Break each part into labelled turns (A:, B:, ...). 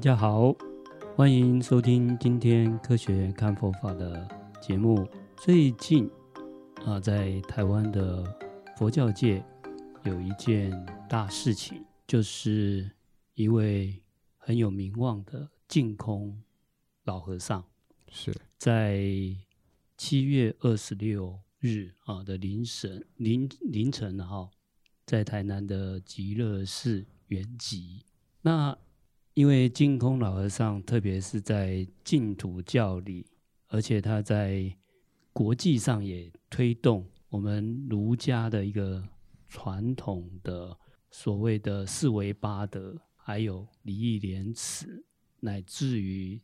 A: 家好，欢迎收听今天《科学看佛法》的节目。最近啊，在台湾的佛教界有一件大事情，就是一位很有名望的净空老和尚，
B: 是
A: 在七月二十六日啊的凌晨凌凌晨哈、在台南的极乐寺圆寂。那因为净空老和尚，特别是在净土教里，而且他在国际上也推动我们儒家的一个传统的所谓的四维八德，还有礼义廉耻，乃至于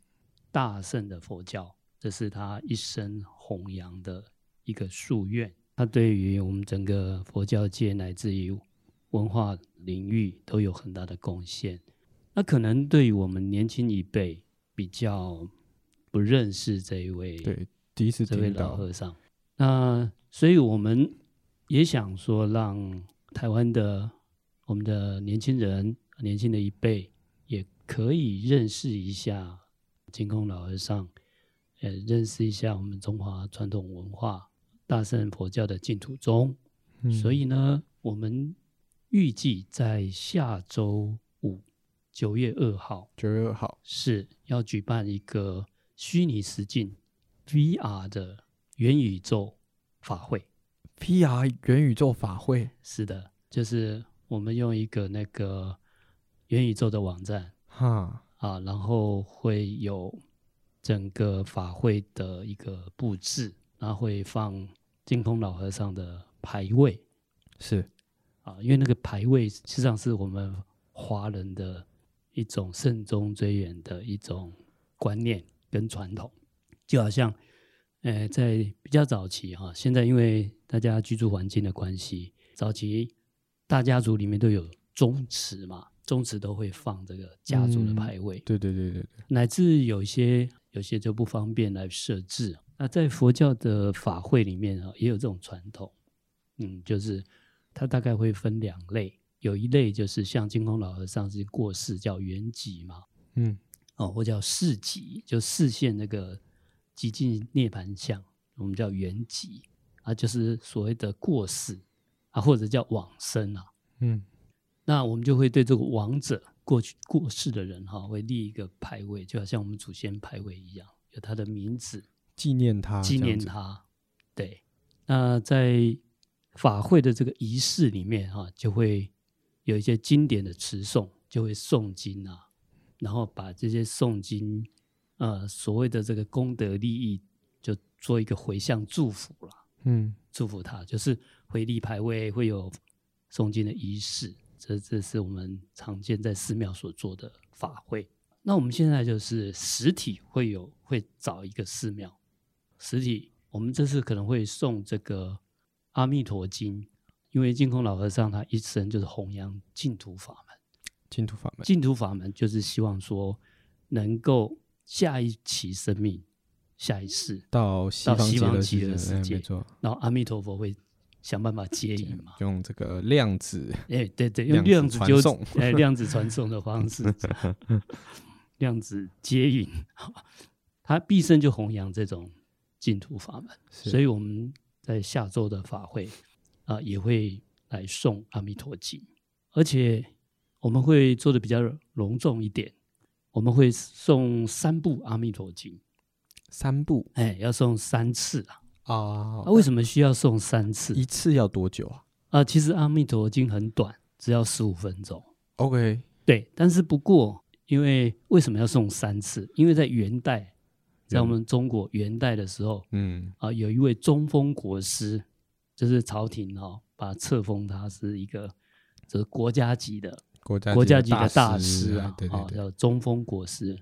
A: 大圣的佛教，这是他一生弘扬的一个夙愿。他对于我们整个佛教界乃至于文化领域都有很大的贡献。那可能对于我们年轻一辈比较不认识这一位
B: 对第一次
A: 这位
B: 听
A: 老
B: 到，
A: 和尚。那所以我们也想说，让台湾的我们的年轻人、年轻的一辈也可以认识一下净空老和尚，呃，认识一下我们中华传统文化、大乘佛教的净土宗。
B: 嗯
A: 所以呢，我们预计在下周五九月二号
B: 九月二号
A: 是要举办一个虚拟实境 VR 的元宇宙法会。
B: ，PR 元宇宙法会
A: 是的，就是我们用一个那个元宇宙的网站
B: 哈，
A: 啊，然后会有整个法会的一个布置，然后会放净空老和尚的牌位
B: 是
A: 啊，因为那个牌位实际上是我们华人的一种慎终追远的一种观念跟传统，就好像，呃，在比较早期哈、现在因为大家居住环境的关系，早期大家族里面都有宗祠嘛，宗祠都会放这个家族的
B: 嗯
A: 牌位，
B: 对对对对对，
A: 乃至有一些有些就不方便来设置。那在佛教的法会里面啊，也有这种传统，嗯，就是它大概会分两类，有一类就是像净空老和尚是过世叫圆寂嘛，
B: 嗯
A: 哦，或叫世极，就视线那个极尽涅盘相，我们叫圆寂啊，就是所谓的过世啊，或者叫往生啊，
B: 嗯
A: 那我们就会对这个亡者过去过世的人哈、会立一个牌位，就好像我们祖先牌位一样，有他的名字
B: 纪念他
A: 纪
B: 啊这样
A: 念
B: 子
A: 他。对，那在法会的这个仪式里面哈、就会有一些经典的词诵，就会诵经啊，然后把这些诵经呃所谓的这个功德利益，就做一个回向祝福啦。
B: 嗯
A: 祝福他，就是回礼牌位会有诵经的仪式，这这是我们常见在寺庙所做的法会。那我们现在就是实体会有会找一个寺庙，实体我们这次可能会送这个《阿弥陀经》，因为净空老和尚他一生就是弘扬净土法门。
B: 净土法门
A: 净土法门就是希望说能够下一期生命、下一世，
B: 到西
A: 到
B: 方
A: 西
B: 极
A: 方
B: 乐
A: 极乐世
B: 哎
A: 界
B: 没错，
A: 然后阿弥陀佛会想办法接引嘛。
B: 用这个量子
A: 哎、对对，用量
B: 量
A: 子
B: 子
A: 纠
B: 传送
A: 哎、量子传送的方式， 量子接引，他毕生就弘扬这种净土法门，
B: 是，
A: 所以我们在下周的法会啊、也会来诵《阿弥陀经》，而且我们会做的比较隆重一点，我们会送三部《阿弥陀经》，
B: 三部
A: 哎，要送三次啊。
B: 啊
A: 啊，为什么需要送三次
B: 一次要多久啊
A: 啊？其实《阿弥陀经》很短，只要十五分钟。
B: ？OK，
A: 对，但是不过，因为为什么要送三次？因为在元代，在我们中国元代的时候
B: 嗯
A: 啊、有一位中封国师，就是朝廷哦，把册封他是一个就是国家级的
B: 国家
A: 国家级
B: 级
A: 的大
B: 师
A: 师啊，
B: 对对
A: 啊
B: 对，
A: 叫中封国师，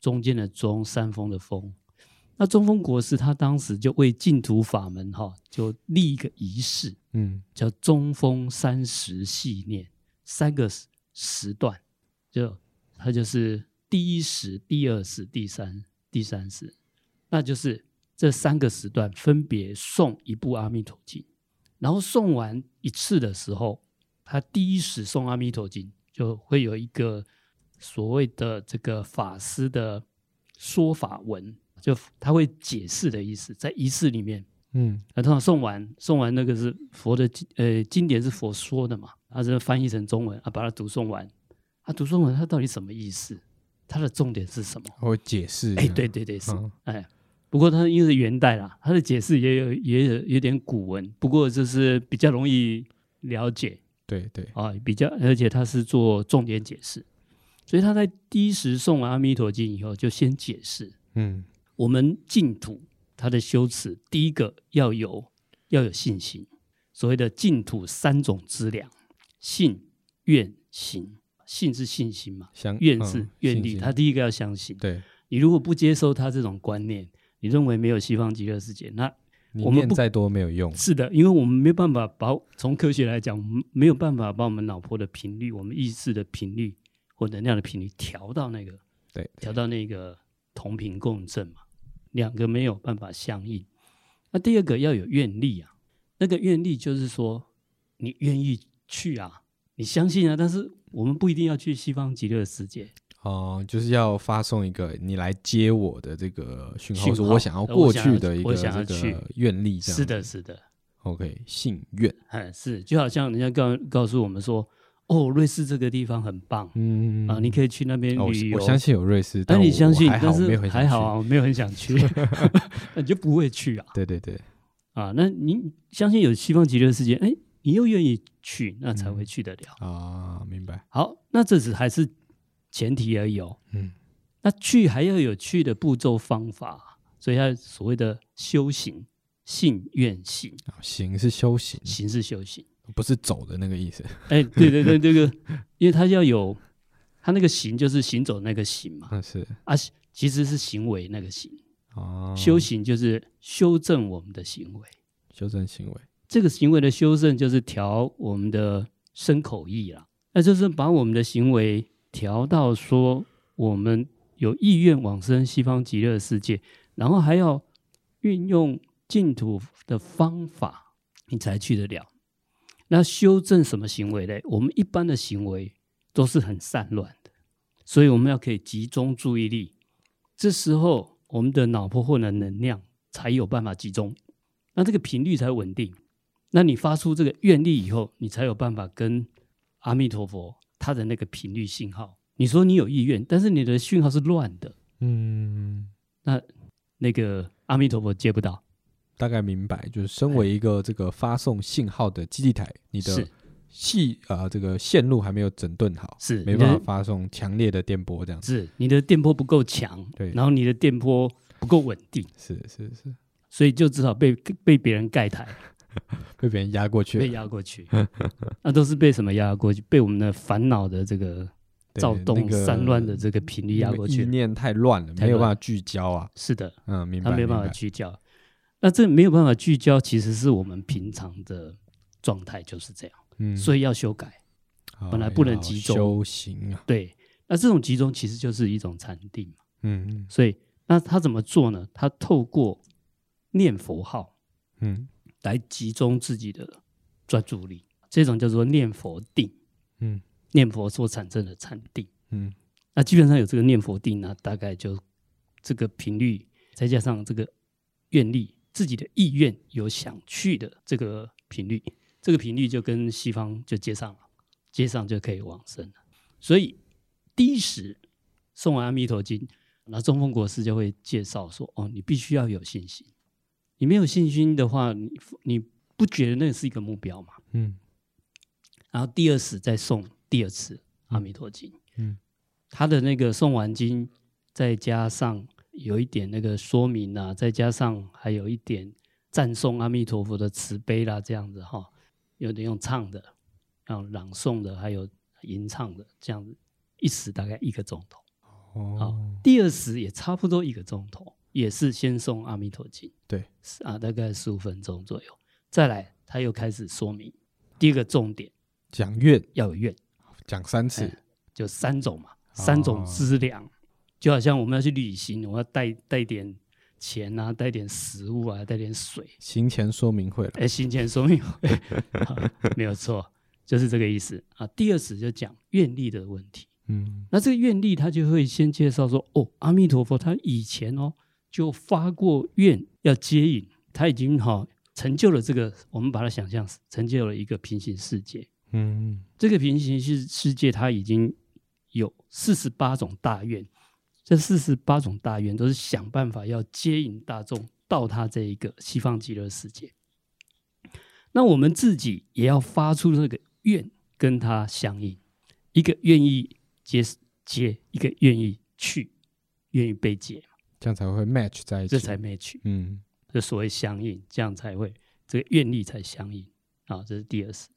A: 中间的中，山峰的峰。那中封国师他当时就为净土法门哈、就立一个仪式，
B: 嗯
A: 叫中风三十系列，三个时时段，就它就是第一时、第二时、第三、第三时，那就是这三个时段分别诵一部《阿弥陀经》，然后诵完一次的时候，他第一时诵《阿弥陀经》就会有一个所谓的这个法师的说法文，就他会解释的意思，在仪式里面，
B: 嗯
A: 啊，通常诵完诵完那个是佛的经呃经典是佛说的嘛，他是翻译成中文啊，把它读诵完，啊，读诵完它到底什么意思？它的重点是什么？
B: 他会解释一下。
A: 哎，对对对，是
B: 嗯
A: 哎，不过它因为是元代啦，它的解释也有也有有点古文，不过就是比较容易了解
B: 对对，
A: 啊，比较而且它是做重点解释，所以他在第一时诵完《阿弥陀经》以后，就先解释
B: 嗯
A: 我们净土它的修持，第一个要有要有信心，所谓的净土三种资粮：信、愿、行。信是信心嘛，
B: 相
A: 愿
B: 嗯
A: 是愿
B: 信
A: 力，
B: 心
A: 他第一个要相信。
B: 对，
A: 你如果不接受他这种观念，你认为没有西方极乐世界，那
B: 你
A: 我们
B: 念
A: 不
B: 再多没有用。
A: 是的，因为我们没有办法把从科学来讲，我们没有办法把我们脑波的频率、我们意识的频率或能量的频率调到那个
B: 对，
A: 调到那个同频共振嘛，两个没有办法相应。那第二个要有愿力啊，那个愿力就是说你愿意去啊，你相信啊，但是我们不一定要去西方极乐世界，
B: 哦，就是要发送一个你来接我的这个讯号，
A: 讯
B: 是
A: 号
B: 我想要
A: 呃
B: 过
A: 我想要
B: 去的一
A: 我
B: 个
A: 想要
B: 这
A: 去
B: 个愿力，这样
A: 是的，是的，
B: ，OK，信愿，
A: 哎，是，就好像人家告告诉我们说，哦，瑞士这个地方很棒、
B: 嗯
A: 啊，你可以去那边
B: 哦我
A: 旅游。
B: 我相信有瑞士，
A: 那
B: 但
A: 你
B: 我
A: 相
B: 我
A: 信，
B: 还好
A: 但
B: 我没
A: 是
B: 有很
A: 还
B: 想
A: 好
B: 去
A: 啊，我没有很想去， 那你就不会去啊
B: 对对对，
A: 啊！那你相信有西方极乐世界，哎，你又愿意去，那才
B: 嗯
A: 会去得了。
B: 啊，明白，
A: 好，那这只还是前提而已哦。
B: 嗯，
A: 那去还要有去的步骤方法，所以它所谓的修行、信、愿、行，
B: 好行是修行，
A: 行是修行。
B: 不是走的那个意思，
A: 哎，对对对，这个，因为它要有，它那个行就是行走那个行 嘛，
B: 那是
A: 啊，其实是行为那个行，
B: 啊，
A: 修行就是修正我们的行为，
B: 修正行为，
A: 这个行为的修正就是调我们的身口意啦，那就是把我们的行为调到说我们有意愿往生西方极乐世界，然后还要运用净土的方法，你才去得了。那修正什么行为嘞？我们一般的行为都是很散乱的，所以我们要可以集中注意力，这时候我们的脑波或者能量才有办法集中，那这个频率才稳定。那你发出这个愿力以后，你才有办法跟阿弥陀佛他的那个频率信号。你说你有意愿，但是你的讯号是乱的，
B: 嗯，
A: 那个阿弥陀佛接不到。
B: 大概明白，就是身为一个这个发送信号的基地台，你的
A: 哎是
B: 系啊这个线路还没有整顿好，
A: 是
B: 没
A: 你的
B: 办法发送强烈的电波，这样子，
A: 是，你的电波不够强，
B: 对
A: 然后你的电波不够稳定，
B: 是是是，
A: 所以就只好被被别人盖台，
B: 被别人压过去了，
A: 被压过 去。那都是被什么压过去？被我们的烦恼的这个
B: 对
A: 躁
B: 那
A: 动、
B: 个
A: 散乱的这个频率压
B: 那个
A: 过
B: 意
A: 去。
B: 念太乱了，
A: 太
B: 没有
A: 乱
B: 办法聚焦啊，
A: 是的，
B: 嗯，明白，
A: 他没有办法
B: 明白
A: 聚焦。那这没有办法聚焦，其实是我们平常的状态就是这样，
B: 嗯，
A: 所以要修改。
B: 啊
A: 本来不能
B: 要
A: 集中
B: 修行啊，
A: 对，那这种集中其实就是一种禅定嘛。
B: 嗯
A: 所以，那他怎么做呢？他透过念佛号
B: 嗯
A: 来集中自己的专注力，这种叫做念佛定，
B: 嗯
A: 念佛所产生的禅定。
B: 嗯
A: 那基本上有这个念佛定呢，大概就这个频率，再加上这个愿力，自己的意愿有想去的这个频率，这个频率就跟西方就接上了，接上就可以往生了。所以第一时送完《阿弥陀经》，那中风国师就会介绍说：哦，你必须要有信心，你没有信心的话，你你不觉得那是一个目标吗？
B: 嗯
A: 然后第二时再送第二次《阿弥陀经》。
B: 嗯，
A: 他的那个送完经，再加上有一点那个说明啊，再加上还有一点赞颂阿弥陀佛的慈悲啦，这样子哈、有点用唱的，然后朗诵的，还有吟唱的，这样子一时大概一个钟头。
B: 哦，
A: 第二时也差不多一个钟头，也是先诵阿弥陀经，
B: 对，
A: 啊，大概十五分钟左右，再来他又开始说明第一个重点
B: 讲愿
A: 要有愿。
B: 讲三次，
A: 就三种嘛，三种资粮，就好像我们要去旅行，我要带带点钱啊，带点食物啊，带点水，
B: 行前说明会了，
A: 哎，行前说明会、 啊没有错，就是这个意思啊。第二时就讲愿力的问题，
B: 嗯
A: 那这个愿力，他就会先介绍说，哦，阿弥陀佛，他以前哦就发过愿要接引，他已经哈、成就了这个，我们把它想象是成就了一个平行世界。
B: 嗯
A: 这个平行世世界，它已经有四十八种大愿，这四十八种大愿都是想办法要接引大众到他这一个西方极乐世界。那我们自己也要发出这个愿，跟它相应，一个愿意接接，一个愿意去，愿意被接，
B: 这样才会 match 在一起，
A: 这才 match。
B: 嗯
A: 这所谓相应，这样才会这个愿力才相应啊。这是第二十，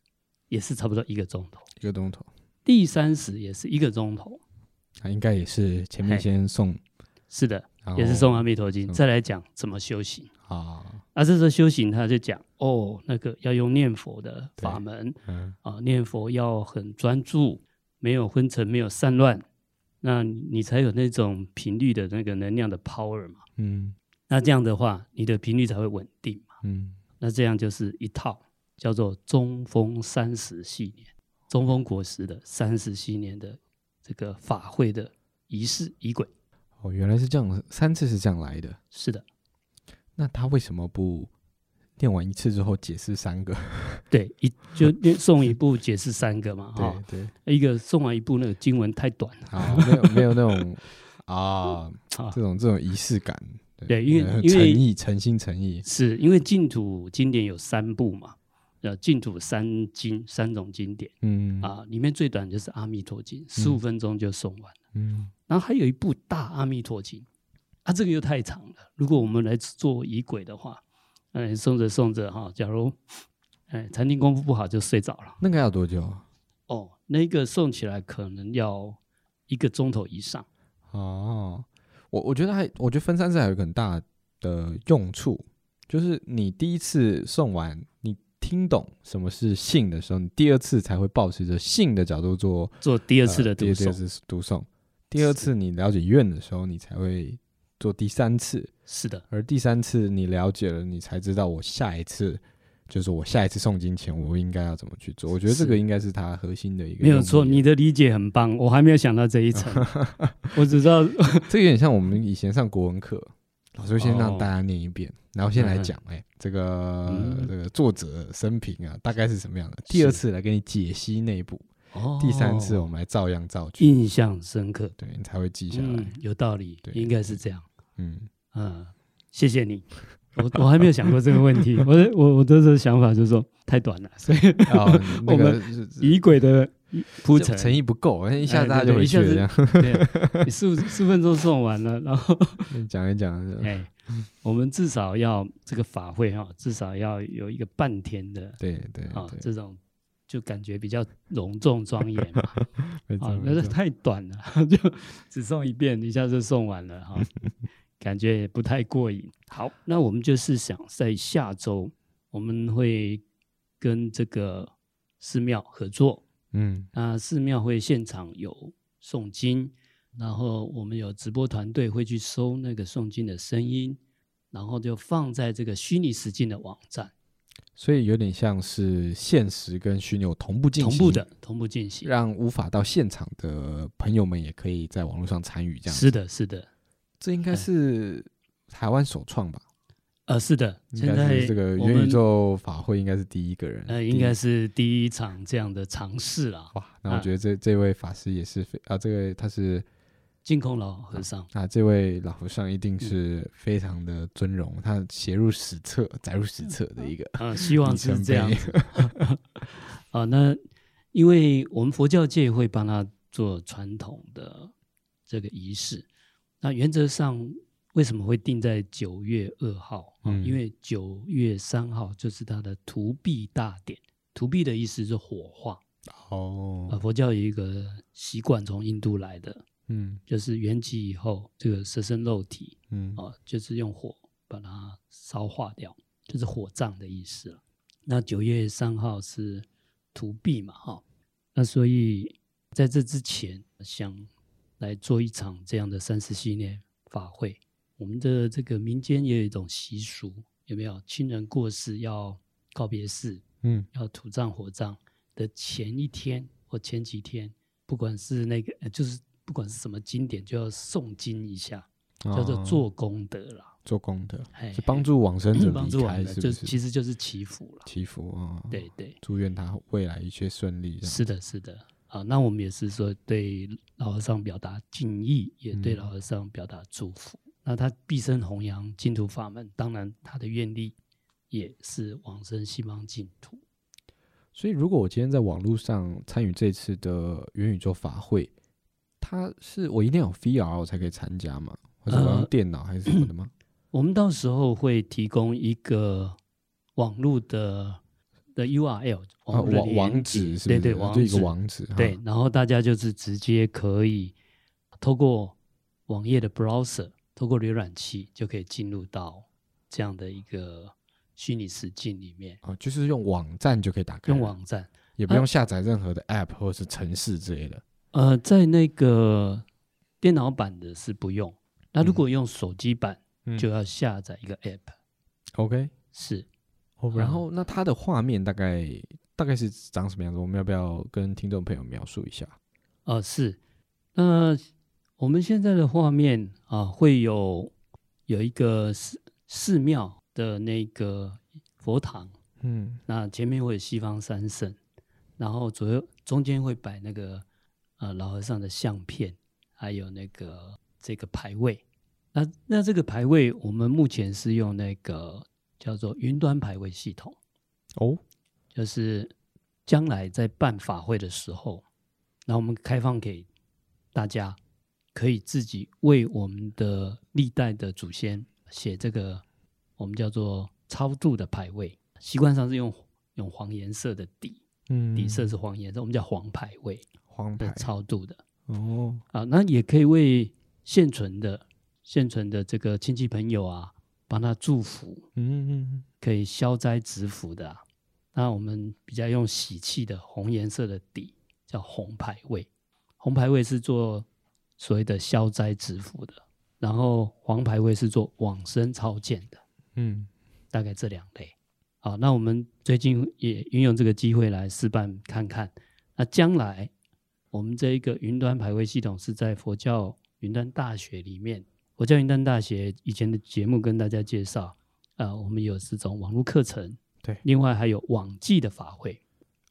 A: 也是差不多一个钟头。
B: 一个钟头，
A: 第三十也是一个钟头，
B: 啊，应该也是前面
A: 嘿
B: 先送，
A: 是的，
B: 然
A: 也是
B: 后
A: 送阿弥陀经。
B: 哦嗯
A: 再来讲怎么修行
B: 啊，
A: 啊，这时候修行他就讲哦，那个要用念佛的法门
B: 嗯
A: 啊，念佛要很专注，没有昏沉，没有散乱，那你你才有那种频率的那个能量的 power 嘛。
B: 嗯
A: 那这样的话，你的频率才会稳定嘛。
B: 嗯，
A: 那这样就是一套叫做中风三十系年，中风国师的三十系年的这个法会的仪式仪轨。
B: 哦，原来是这样，三次是这样来的，
A: 是的，
B: 那他为什么不念完一次之后解释 三个？
A: 对，一 就念诵一部解释三个嘛，哈、
B: 对对，
A: 一个送完一部那个经文太短了
B: 啊，没有没有那种 啊
A: 啊，
B: 这种这种仪式感，
A: 对因为
B: 呃
A: 因
B: 诚
A: 为
B: 意诚心诚意，
A: 是因为净土经典有三部嘛，呃，净土三经三种经典
B: 嗯
A: 啊，里面最短就是《阿弥陀经》，十五分钟就诵完。
B: 嗯
A: 然后还有一部《大阿弥陀经》，啊，这个又太长了。如果我们来做仪轨的话，嗯、送着送着哈，假如，哎、禅定功夫不好就睡着了。
B: 那个要多久啊？
A: 哦，那个送起来可能要一个钟头以上。
B: 哦，我我觉得还，我觉得分三次还有一个很大的用处，就是你第一次送完，你听懂什么是信的时候，你第二次才会保持着信的角度做
A: 做第
B: 第
A: 二次的读
B: 呃啊第
A: 诵，
B: 二次读诵，第二次你了解愿的时候，你才会做第三次，
A: 是的，
B: 而第三次你了解了，你才知道我下一次。就是我下一次诵经前，我应该要怎么去做？我觉得这
A: 是
B: 个应该是它核心的一个
A: 没有
B: 用
A: 错。
B: 意
A: 你的理解很棒，我还没有想到这一层， 我只知道
B: 这个有点像我们以前上国文课，老师会先让
A: 哦
B: 大家念一遍，然后先来
A: 嗯嗯
B: 讲，哎、这个、
A: 嗯
B: 这个作者生平啊，大概是什么样的。第
A: 是
B: 二次来给你解析内部，
A: 哦
B: 第三次我们来照样造句，
A: 印象深刻，
B: 对你才会记下来
A: 嗯。，有道理，
B: 对
A: 应该是这样。
B: 嗯
A: 嗯，谢谢你。我我还没有想过这个问 题，我的我我的这个想法就是说太短了，所以
B: 哦，那
A: 我
B: 个
A: 们仪轨的铺陈
B: 诚意不够，一下
A: 哎
B: 大家
A: 对
B: 就回
A: 一
B: 去
A: 下
B: 了，
A: 子
B: 这样
A: 对，你四四分钟送完了，然 后
B: 讲一讲。
A: 哎，我们至少要这个法会哈、至少要有一个半天的
B: 对对
A: 啊、
B: 嗯对，
A: 这种。就感觉比较隆重庄严 嘛，
B: 没
A: 啊
B: 错，
A: 那
B: 没
A: 是
B: 错
A: 太短了， 就只送一遍，一下就送完了 哈、感觉也不太过瘾。好，那我们就是想在下周，我们会跟这个寺庙合作，
B: 嗯
A: 那寺庙会现场有诵经，然后我们有直播团队会去收那个诵经的声音，然后就放在这个虚拟实境的网站，
B: 所以有点像是现实跟虚拟有同步进行，
A: 同步的同步进行。
B: 让无法到现场的朋友们也可以在网络上参与，这样子
A: 是的，是的，
B: 这应该
A: 嗯
B: 是台湾首创吧？
A: 呃，是的，
B: 应
A: 现
B: 该
A: 在
B: 是这个
A: 我
B: 元宇
A: 们
B: 宙法会应该是第一个人，
A: 呃，
B: 第一
A: 应该啊是第一场这样的尝试啦。
B: 哇。那我觉得这、这位法师也是非啊，这位他是
A: 净空老和 尚，
B: 啊，这位老和尚一定
A: 嗯
B: 是非常的尊荣，他写入史册、载入史册的一个
A: 啊，希望
B: 里
A: 是
B: 程
A: 这
B: 碑。
A: 样 啊。那因为我们佛教界会帮他做传统的这个仪式，那原则上为什么会定在九月二号？啊
B: 嗯
A: 因为九月三号就是他的荼毗大典。荼毗的意思是火化，啊，
B: 哦，
A: 佛教有一个习惯从印度来的，
B: 嗯
A: 就是圆寂以后，这个舍身肉体
B: 嗯
A: 啊，就是用火把它烧化掉，就是火葬的意思了。那九月三号是荼毗嘛，哈、那所以在这之前想来做一场这样的三十系列法会。我们的这个民间也有一种习俗，有没有？亲人过世要告别式，
B: 嗯
A: 要土葬火葬的前一天或前几天，不管是那个呃就是不管是什么经典，就要诵经一下，叫
B: 叫
A: 做做功德啦，
B: 做功德，
A: 哎，
B: 哦 是帮助往生者
A: 帮
B: 离
A: 助我
B: 开，
A: 们，
B: 是
A: 就
B: 不
A: 是
B: 是？
A: 其实就是祈福啦。
B: 祈福啊，
A: 对，对，
B: 祝愿他未来一切顺利。这样
A: 是的，是的。啊，那我们也是说对老和尚表达敬意，也对
B: 嗯
A: 老和尚表达祝福。那他毕生弘扬净土法门，当然他的愿力也是往生西方净土。
B: 所以，如果我今天在网络上参与这次的元宇宙法会，它是我一定要有 VR 我才可以参加吗？或者我要用
A: 呃
B: 电脑还是什么的吗？
A: 我们到时候会提供一个网络的的 URL
B: 啊，
A: 网哦络的
B: 网
A: 连
B: 网
A: 接
B: 址是
A: 对
B: 不是？
A: 对
B: 啊
A: 网
B: 就
A: 址
B: 一个网址。哈
A: 对，，然后大家就是直接可以透过网页的 browser，透过浏览器就可以进入到这样的一个虚拟实境里面，
B: 哦，就是用网站就可以打开了，
A: 用网啊站。
B: 也不用下载任何的 App 或者是城市之类的。
A: 呃，在那个电脑版的是不用，那如果用手机版
B: 嗯
A: 就要下载一个 app，、
B: OK，
A: 是
B: 哦，然后那它的画面大概大概是长什么样子？我们要不要跟听众朋友描述一下？
A: 呃，是，那我们现在的画面啊、会有有一个寺寺庙的那个佛堂，
B: 嗯，
A: 那前面会有西方三圣，然后左右中间会摆那个呃老和尚的相片，还有那个这个牌位。那那这个牌位，我们目前是用那个叫做云端牌位系统，
B: 哦，
A: 就是将来在办法会的时候，那我们开放给大家，可以自己为我们的历代的祖先写这个我们叫做超度的牌位，习惯上是用用黄颜色的底，
B: 嗯
A: 底色是黄颜色，我们叫黄牌位
B: 黄
A: 的
B: 牌
A: 超度的
B: 哦，
A: 啊，那也可以为现存的现存的这个亲戚朋友啊，帮他祝福，
B: 嗯嗯嗯，
A: 可以消灾植福的、啊。那我们比较用喜气的红颜色的底，叫红牌位。红牌位是做所谓的消灾植福的，然后黄牌位是做往生超荐的，
B: 嗯，
A: 大概这两类。好，那我们最近也运用这个机会来试办看看。那将来我们这一个云端排位系统是在佛教云端大学里面，佛教云端大学以前的节目跟大家介绍，呃，我们有这种网络课程，
B: 对
A: 另外还有网际的法会，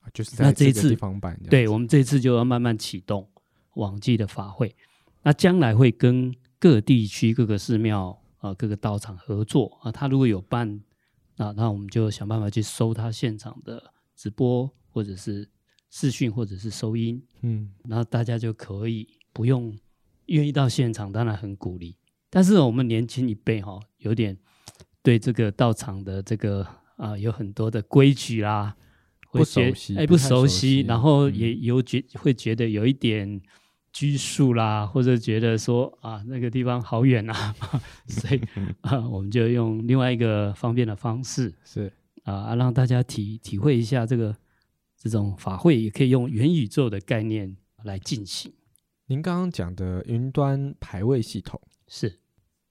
B: 啊就是
A: 那
B: 在
A: 这一
B: 这个
A: 次
B: 地方办这样，
A: 对，我们这次就要慢慢启动网际的法会，那将来会跟各地区各个寺庙啊、呃各个道场合作啊，他如果有办，那那我们就想办法去收他现场的直播或者是视讯或者是收音，
B: 嗯，
A: 那大家就可以不用愿意到现场，当然很鼓励。但是我们年轻一辈哈、有点对这个道场的这个啊、有很多的规矩啦，会
B: 不
A: 觉
B: 熟悉
A: 哎
B: 不
A: 不
B: 太
A: 熟
B: 熟
A: 悉，
B: 悉
A: 然后
B: 嗯
A: 也有觉会觉得有一点拘束啦，或者觉得说啊那个地方好远啊， 所以啊我们就用另外一个方便的方式
B: 是
A: 啊啊让大家体体会一下这个这种法会，也可以用元宇宙的概念来进行。
B: 您刚刚讲的云端排位系统，
A: 是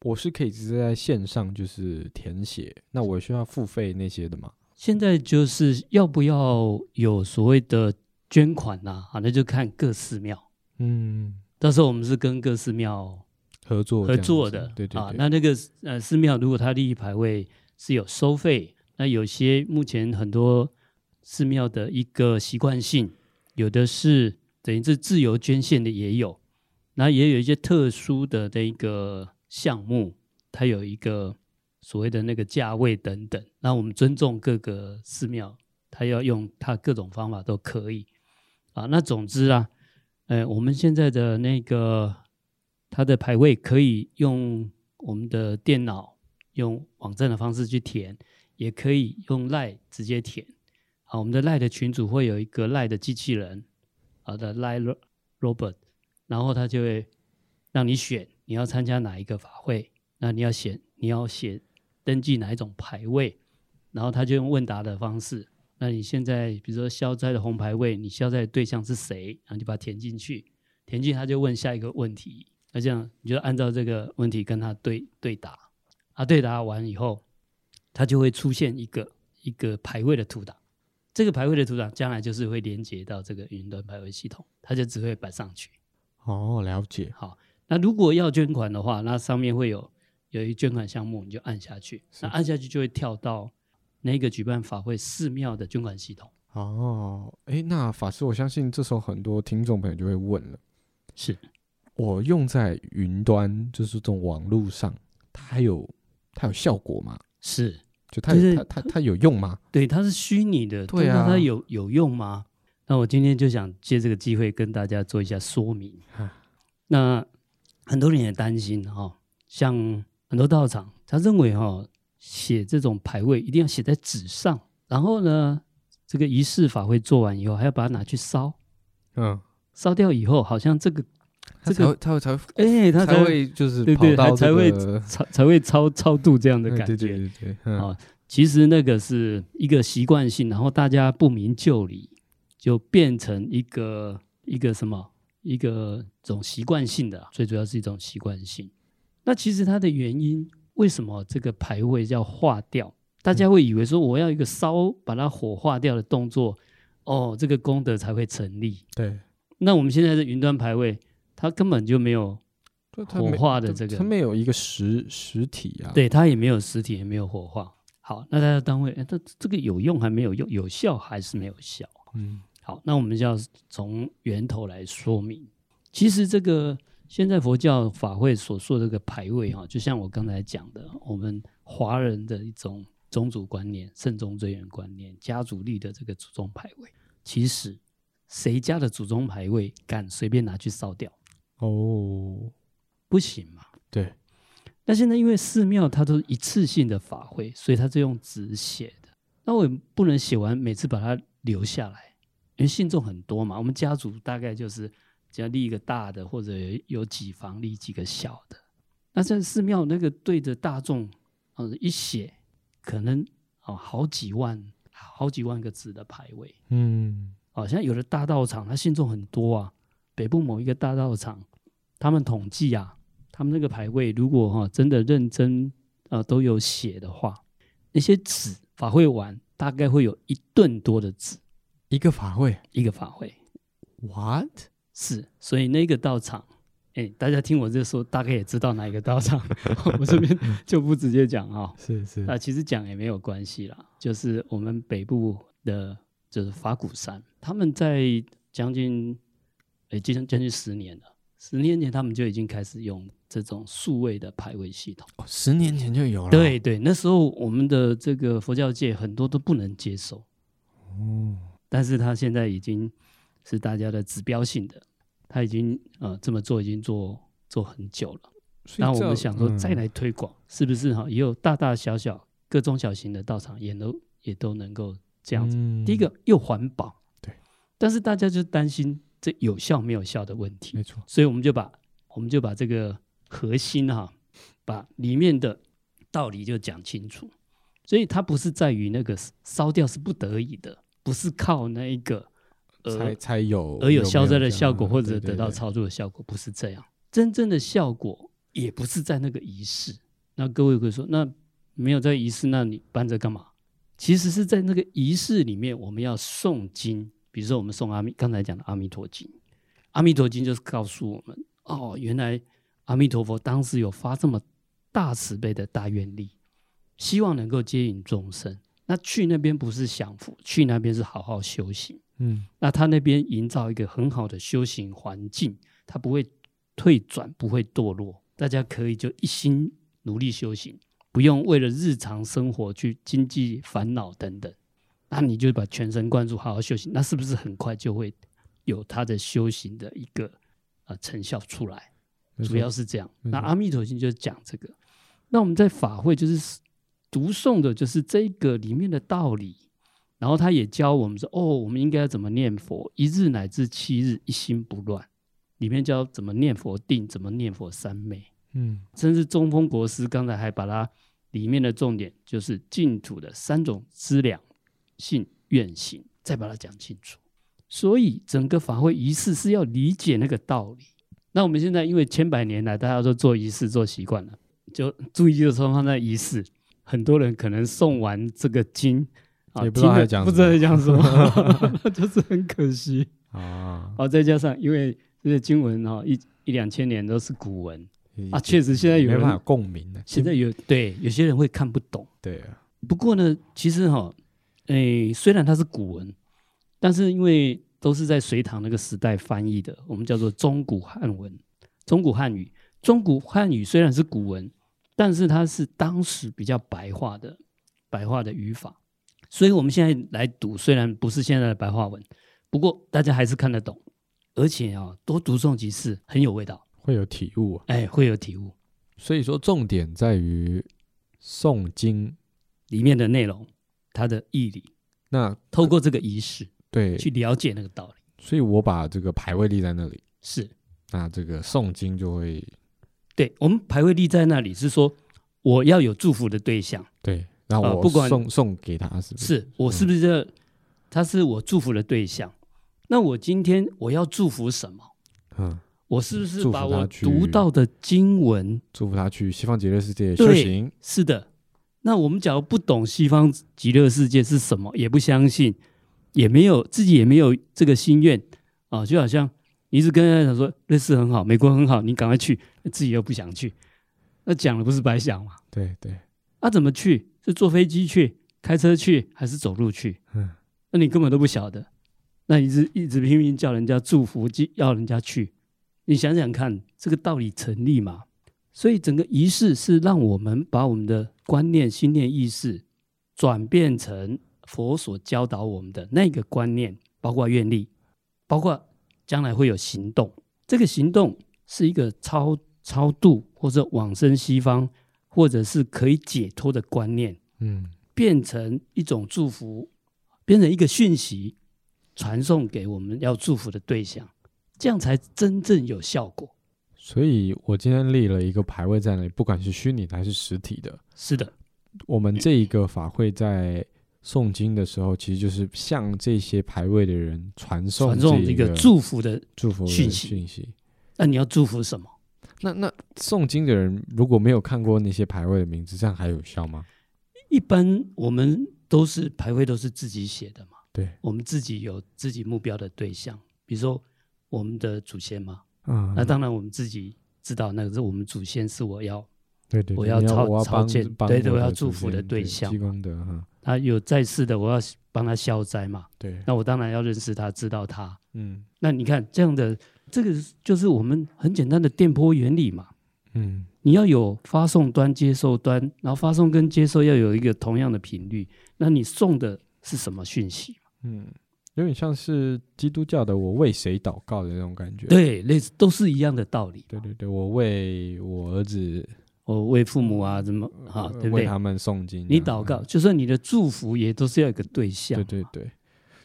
B: 我是可以直接在线上就是填写，那我需要付费那些的吗？
A: 现在就是要不要有所谓的捐款呐、啊？那就看各寺庙。
B: 嗯，
A: 到时候我们是跟各寺庙
B: 合作
A: 合
B: 这样
A: 作
B: 子
A: 的，
B: 对对
A: 啊。
B: 对，
A: 那那个呃寺庙，如果它利益牌位是有收费，那有些目前很多寺庙的一个习惯性，有的是等于是自由捐献的也有，那也有一些特殊的那个项目，它有一个所谓的那个价位等等。那我们尊重各个寺庙，它要用它各种方法都可以啊。那总之啊，呃，我们现在的那个它的排位可以用我们的电脑用网站的方式去填，也可以用 Line 直接填。啊，我们的 Line 的群组会有一个 Line 的机器人，好的 Line ro- robot，然后它就会让你选你要参加哪一个法会，那你要写你要写登记哪一种排位，然后他就用问答的方式。那你现在比如说消灾的红牌位，你消灾的对象是谁？然后你就把它填进去，填进他就问下一个问题，那这样你就按照这个问题跟他对对答，啊对答完以后，它就会出现一个一个排位的图档，这个排位的土壤将来就是会连接到这个云端排位系统，它就只会摆上去。
B: 哦，了解，
A: 好，那如果要捐款的话，那上面会有有一捐款项目，你就按下去，
B: 是
A: 那按下去就会跳到那个举办法会寺庙的捐款系统。
B: 哦，诶，那法师，我相信这时候很多听众朋友就会问了，
A: 是，
B: 我用在云端，就是这种网络上，它还有它有效果吗？
A: 是
B: 就它
A: 就是
B: 有它它它有用吗？
A: 对，它是虚拟的，
B: 对啊
A: 但是它有有用吗？那我今天就想借这个机会跟大家做一下说明。那很多人也担心哈、哦，像很多道场，他认为哈、哦，写这种牌位一定要写在纸上，然后呢，这个仪式法会做完以后，还要把它拿去烧，
B: 嗯，
A: 烧掉以后，好像这个
B: 它
A: 这
B: 才
A: 个
B: 会它会才会
A: 哎，他
B: 才
A: 才
B: 会就是
A: 对
B: 跑
A: 对，
B: 到
A: 还
B: 这
A: 才会
B: 个
A: 超才会超超度这样的
B: 哎
A: 感觉。
B: 对对对对，嗯
A: 哦其实那个是一个习惯性，然后大家不明就里，就变成一个一个什么一个种习惯性的啊，最主要是一种习惯性。那其实它的原因，为什么这个牌位要化掉？大家会以为说我要一个烧把它火化掉的动作，哦，这个功德才会成立。
B: 对，
A: 那我们现在的云端牌位，它根本就没有，
B: 就它
A: 火
B: 没
A: 化的
B: 它
A: 这个
B: 它没有一个实实体啊，，
A: 对，它也没有实体，也没有火化。好，那它的单位，哎，它这个有用还没有用，有效还是没有效？
B: 嗯，
A: 好，那我们就要从源头来说明。其实这个现在佛教法会所说的这个排位哈、就像我刚才讲的，我们华人的一种宗族观念、慎终追远观念、家族立的这个祖宗牌位，其实谁家的祖宗牌位敢随便拿去烧掉，
B: 哦，
A: 不行嘛？
B: 对，
A: 那现在因为寺庙它都是一次性的法会，所以它是用纸写的。那我也不能写完每次把它留下来，因为信众很多嘛。我们家族大概就是只要立一个大的，或者有几房立几个小的。那在寺庙那个对着大众，嗯、一写可能哦好几万、好几万个字的牌位。
B: 嗯，
A: 好、像哦有的大道场，它信众很多啊。北部某一个大道场，他们统计啊，他们那个排位，如果哈、真的认真呃都有写的话，那些纸法会完大概会有一吨多的纸
B: 一个法会
A: 一个法会
B: ，what？
A: 是，所以那个道场，哎，大家听我这说，大概也知道哪一个道场， 我这边就不直接讲啊、
B: 是是
A: 那其实讲也没有关系啦，就是我们北部的，就是法鼓山，他们在将近，诶，将近将近十年了，十年前他们就已经开始用这种数位的排位系统。
B: 哦，十年前就有了，
A: 对对，那时候我们的这个佛教界很多都不能接受，
B: 哦，
A: 但是他现在已经是大家的指标性的，他已经呃这么做已经做做很久了。
B: 所以
A: 那我
B: 这
A: 们
B: 样
A: 想说
B: 嗯
A: 再来推广，是不是哈？也有大大小小各中小型的道场也都也都能够这样子。
B: 嗯
A: 第一个又环保，
B: 对，
A: 但是大家就担心这有效没有效的问题
B: 没，错，
A: 所以我们就把我们就把这个核心哈、把里面的道理就讲清楚。所以它不是在于那个烧掉是不得已的，不是靠那一个呃
B: 才才有
A: 而有
B: 没
A: 消灾
B: 这
A: 的
B: 样
A: 效果
B: 嗯
A: 或
B: 对
A: 者
B: 对
A: 得到
B: 对
A: 操作的效果，不是这样。真正的效果也不是在那个仪式。那各位会说，那没有在仪式，那你搬着干嘛？其实是在那个仪式里面，我们要诵经，比如说我们诵阿弥，刚才讲的《阿弥陀经》，《阿弥陀经》就是告诉我们，哦，原来阿弥陀佛当时有发这么大慈悲的大愿力，希望能够接引众生。那去那边不是享福，去那边是好好修行。
B: 嗯
A: 那他那边营造一个很好的修行环境，他不会退转，不会堕落，大家可以就一心努力修行，不用为了日常生活去经济烦恼等等。那你就把全神贯注，好好修行，那是不是很快就会有他的修行的一个呃成效出来？
B: 没
A: 主
B: 错嗯
A: 要是这样。
B: 没
A: 那
B: 错
A: 阿弥陀经就是讲这个。那我们在法会就是读诵的，就是这个里面的道理。然后他也教我们说，哦，我们应该怎么念佛，一日乃至七日，一心不乱。里面教怎么念佛定，怎么念佛三昧，
B: 嗯
A: 甚至中风国师刚才还把它里面的重点就是净土的三种资粮、信、愿、行，再把它讲清楚。所以整个法会仪式是要理解那个道理。那我们现在因为千百年来大家都做仪式做习惯了，就注意力就放在仪式。很多人可能诵完这个经，啊，
B: 也不知道
A: 听
B: 他在
A: 了
B: 讲
A: 不
B: 什
A: 知道
B: 么
A: 在讲什么，就是很可 惜。
B: 啊
A: 啊，再加上因为这些经文哈、哦一一两千年都是古文，
B: 已
A: 啊
B: 经
A: 确实现在有
B: 没
A: 人
B: 办法有共鸣了。
A: 现在有对有些人会看不懂。
B: 对啊，
A: 不过呢，其实哈、诶，虽然它是古文，但是因为都是在隋唐那个时代翻译的，我们叫做中古汉文、中古汉语。中古汉语虽然是古文，但是它是当时比较白话的白话的语法，所以我们现在来读，虽然不是现在的白话文，不过大家还是看得懂，而且啊、多读诵几次很有味道，
B: 会有体悟啊。
A: 哎，会有体悟
B: 所以说，重点在于诵经。
A: 里面的内容，它的义理，
B: 那
A: 透过这个仪式
B: 对，
A: 去了解那个道理。
B: 所以我把这个牌位立在那里，
A: 是
B: 那这个诵经就会
A: 对，我们排位立在那里是说，我要有祝福的对象，
B: 对。那
A: 呃
B: 我
A: 不管
B: 送送给他是不是？
A: 是我是不是
B: 嗯
A: 这，他是我祝福的对象？那我今天我要祝福什么？
B: 嗯，
A: 我是不是
B: 祝福
A: 把
B: 他
A: 我
B: 去
A: 读到的经文？
B: 祝福他去西方极乐世界修
A: 对
B: 行。
A: 是的，那我们假如不懂西方极乐世界是什么，也不相信，也没有自己也没有这个心愿啊，就好像你一直跟人家讲说瑞士很好，美国很好，你赶快去，自己又不想去，那讲了不是白讲吗？
B: 对对，
A: 啊，怎么去？是坐飞机去、开车去，还是走路去？
B: 嗯
A: 那你根本都不晓得。那你一直一直拼命叫人家祝福，记要人家去，你想想看，这个道理成立吗？所以整个仪式是让我们把我们的观念、心念、意识转变成佛所教导我们的那个观念，包括愿力，包括将来会有行动。这个行动是一个超超度或者往生西方或者是可以解脱的观念，
B: 嗯，
A: 变成一种祝福，变成一个讯息，传送给我们要祝福的对象，这样才真正有效果。
B: 所以我今天立了一个牌位在那里，不管是虚拟的还是实体的。
A: 是的，
B: 我们这一个法会在诵经的时候，其实就是向这些牌位的人传送
A: 传送
B: 这
A: 一
B: 一
A: 个祝福的。
B: 祝福的
A: 讯息
B: 讯息。
A: 那你要祝福什么？
B: 那那诵经的人如果没有看过那些牌位的名字，这样还有效吗？
A: 一般我们都是排位都是自己写的嘛，
B: 对，
A: 我们自己有自己目标的对象，比如说我们的祖先嘛，
B: 嗯
A: 那当然我们自己知道那个是我们祖先是我要
B: 对对，
A: 我
B: 对
A: 要
B: 你
A: 超
B: 我要
A: 超
B: 帮
A: 荐
B: 帮
A: 对对
B: 我
A: 我要
B: 的
A: 祝
B: 祖
A: 福的
B: 先
A: 对象
B: 积功德哈，
A: 他有在世的，我要帮他消灾嘛，
B: 对，
A: 那我当然要认识他，知道他。
B: 嗯
A: 那你看这样的，这个就是我们很简单的电波原理嘛。
B: 嗯，
A: 你要有发送端、接收端，然后发送跟接收要有一个同样的频率。那你送的是什么讯息？
B: 嗯，有点像是基督教的“我为谁祷告”的那种感觉。
A: 对，类似都是一样的道理。
B: 对对对，我为我儿子
A: 我为父母啊，怎么啊，
B: 呃
A: 对不
B: 为
A: 对
B: 他？们诵经，
A: 你祷告，。就算你的祝福也都是要有个对象
B: 对。对对，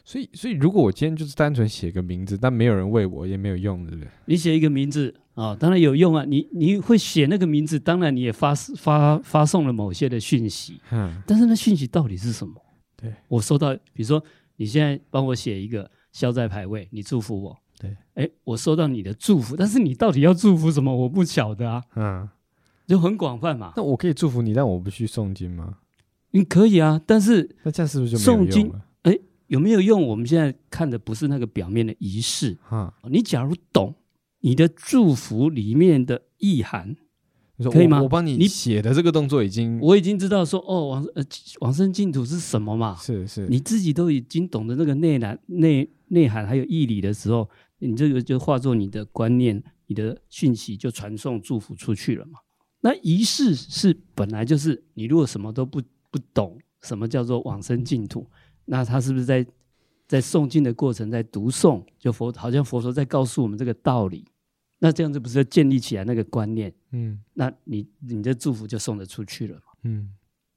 B: 所以所以如果我今天就是单纯写个名字，但没有人为我，也没有用， 对不对？
A: 你写一个名字啊、当然有用啊。你你会写那个名字，当然你也发发发送了某些的讯息。
B: 哼，
A: 但是那讯息到底是什么？
B: 对
A: 我收到，比如说你现在帮我写一个消灾牌位，你祝福我。
B: 对，
A: 哎，我收到你的祝福，但是你到底要祝福什么？我不晓得啊，
B: 嗯，
A: 就很广泛嘛。
B: 那我可以祝福你，但我不去诵经吗？
A: 你可以啊，但是
B: 那这样是不是就没有
A: 诵经
B: 用了？
A: 有没有用？我们现在看的不是那个表面的仪式。
B: 哈，
A: 你假如懂你的祝福里面的意涵，
B: 你说
A: 可以
B: 我
A: 吗
B: 我帮你
A: 你
B: 写的这个动作已经
A: 我已经知道说哦，往呃往生净土是什么嘛？
B: 是是
A: 你自己都已经懂得那个内涵、内内涵还有义理的时候，你这个就化作你的观念、你的讯息，就传送祝福出去了嘛。那仪式是本来就是你如果什么都不不懂，什么叫做往生净土，那他是不是在在诵经的过程，在读诵，就佛好像佛陀在告诉我们这个道理，那这样子不是就建立起来那个观念？
B: 嗯
A: 那你你的祝福就送得出去了嘛？
B: 嗯，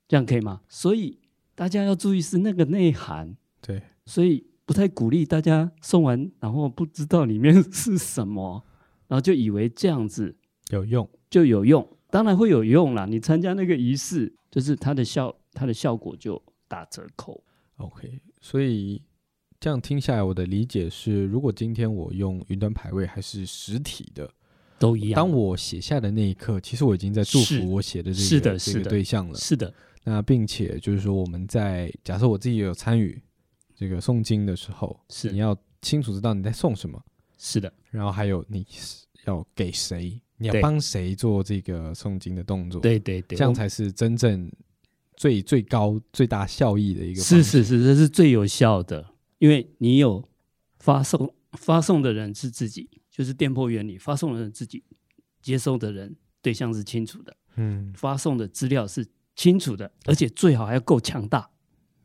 A: 这样可以吗？所以大家要注意是那个内涵。
B: 对，
A: 所以不太鼓励大家送完，然后不知道里面是什么， 然后就以为这样子
B: 有用。
A: 就有用。当然会有用啦，你参加那个仪式，就是它的效，它的效果就打折扣。
B: OK，所以这样听下来，我的理解是，如果今天我用云端排位还是实体的，
A: 都一样。
B: 当我写下的那一刻，其实我已经在祝
A: 是
B: 福我写的这个
A: 是的
B: 这
A: 是
B: 个
A: 的
B: 对象了。
A: 是的，
B: 那并且就是说我们在假设我自己有参与这个诵经的时候，
A: 是
B: 你要清楚知道你在诵什么，
A: 是的，
B: 然后还有你是要给谁，你要
A: 对
B: 帮谁做这个诵经的动作，，
A: 对对对，
B: 这样
A: 我
B: 才是真正最最高最大效益的一个方
A: 是
B: 式。
A: 是是，这是最有效的，因为你有发送发送的人是自己，就是电波原理，发送的人自己，接收的人对象是清楚的，
B: 嗯，
A: 发送的资料是清楚的，而且最好还要够强大，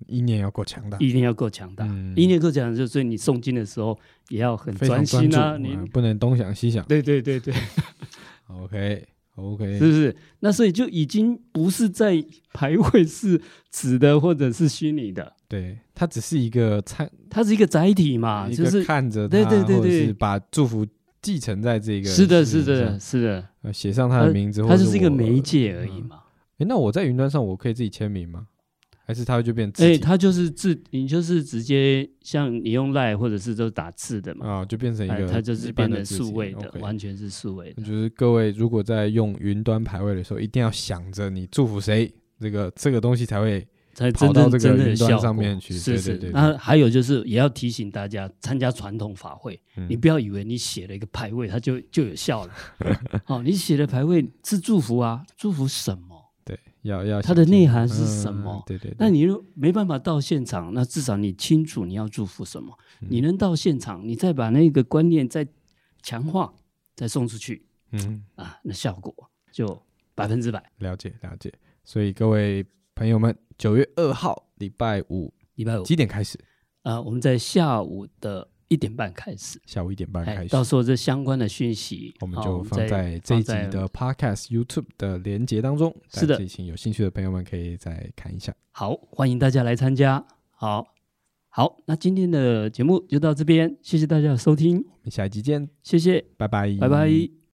B: 意念要够强大，
A: 意念要够强大，
B: 嗯
A: 意念够强，就所以你诵经的时候也要很
B: 非
A: 专
B: 常专
A: 心
B: 注，
A: 啊，
B: 嗯
A: 你
B: 不能东想西想。
A: 对对对对，
B: OK
A: 是
B: OK，
A: 不是？那所以就已经不是在排位是纸的或者是虚拟的，
B: 对，它只是一个参
A: 它是一个载体嘛，
B: 一
A: 啊就
B: 个
A: 是
B: 看着
A: 对
B: 他
A: 对对
B: 或者
A: 对
B: 是把祝福继承在这个
A: 是的，
B: 事
A: 是
B: 情
A: 的，
B: 上，
A: 是的，
B: 呃写上他的嗯名字，
A: 它
B: 或
A: 就是是一个
B: 我
A: 媒。介而已嘛。
B: 诶那我在云端上我可以自己签名吗？还是它就变字
A: 哎、
B: 体
A: 它就是字，你就是直接像你用 line 或者是都打字的嘛，
B: 啊？就变成一
A: 哎，
B: 个
A: 它就是变成数位
B: 的
A: 的，
B: 字体
A: 完
B: ，OK。
A: 全是数位的。
B: 就是各位如果在用云端排位的时候，一定要想着你祝福谁，这个这个东西才会
A: 才
B: 跑
A: 真
B: 到
A: 正
B: 这
A: 真
B: 个
A: 正
B: 云
A: 的
B: 端
A: 效
B: 上
A: 果
B: 面去对
A: 是
B: 对
A: 是
B: 对。
A: 那还有就是，也要提醒大家，参加传统法会，
B: 嗯
A: 你不要以为你写了一个牌位，它就就有效 了。哦，你写的牌位是祝福啊，祝福什么？
B: 对要要
A: 它的
B: 想清
A: 内
B: 楚
A: 涵是什
B: 嗯
A: 么
B: 对对，对
A: 那你又没办法到现场，那至少你清楚你要祝福什么。
B: 嗯
A: 你能到现场，你再把那个观念再强化，再送出去
B: 嗯
A: 啊，那效果就百分之百。
B: 了解了解。所以各位朋友们，九月二号礼拜五
A: 礼拜五
B: 几点开始？
A: 啊、我们在下午的一点半开始。
B: 下午一点半啊开
A: 哎，
B: 始。
A: 到时候这相关的讯息，
B: 我们
A: 好
B: 就放
A: 再
B: 在这一集
A: 放在
B: 的 Podcast YouTube 的连接当中，
A: 是的
B: 大家请有兴趣的朋友们可以再看一下。
A: 好，欢迎大家来参加。好，好，那今天的节目就到这边，谢谢大家的收听，
B: 我们下一集见，
A: 谢谢，
B: 拜拜，
A: 拜拜。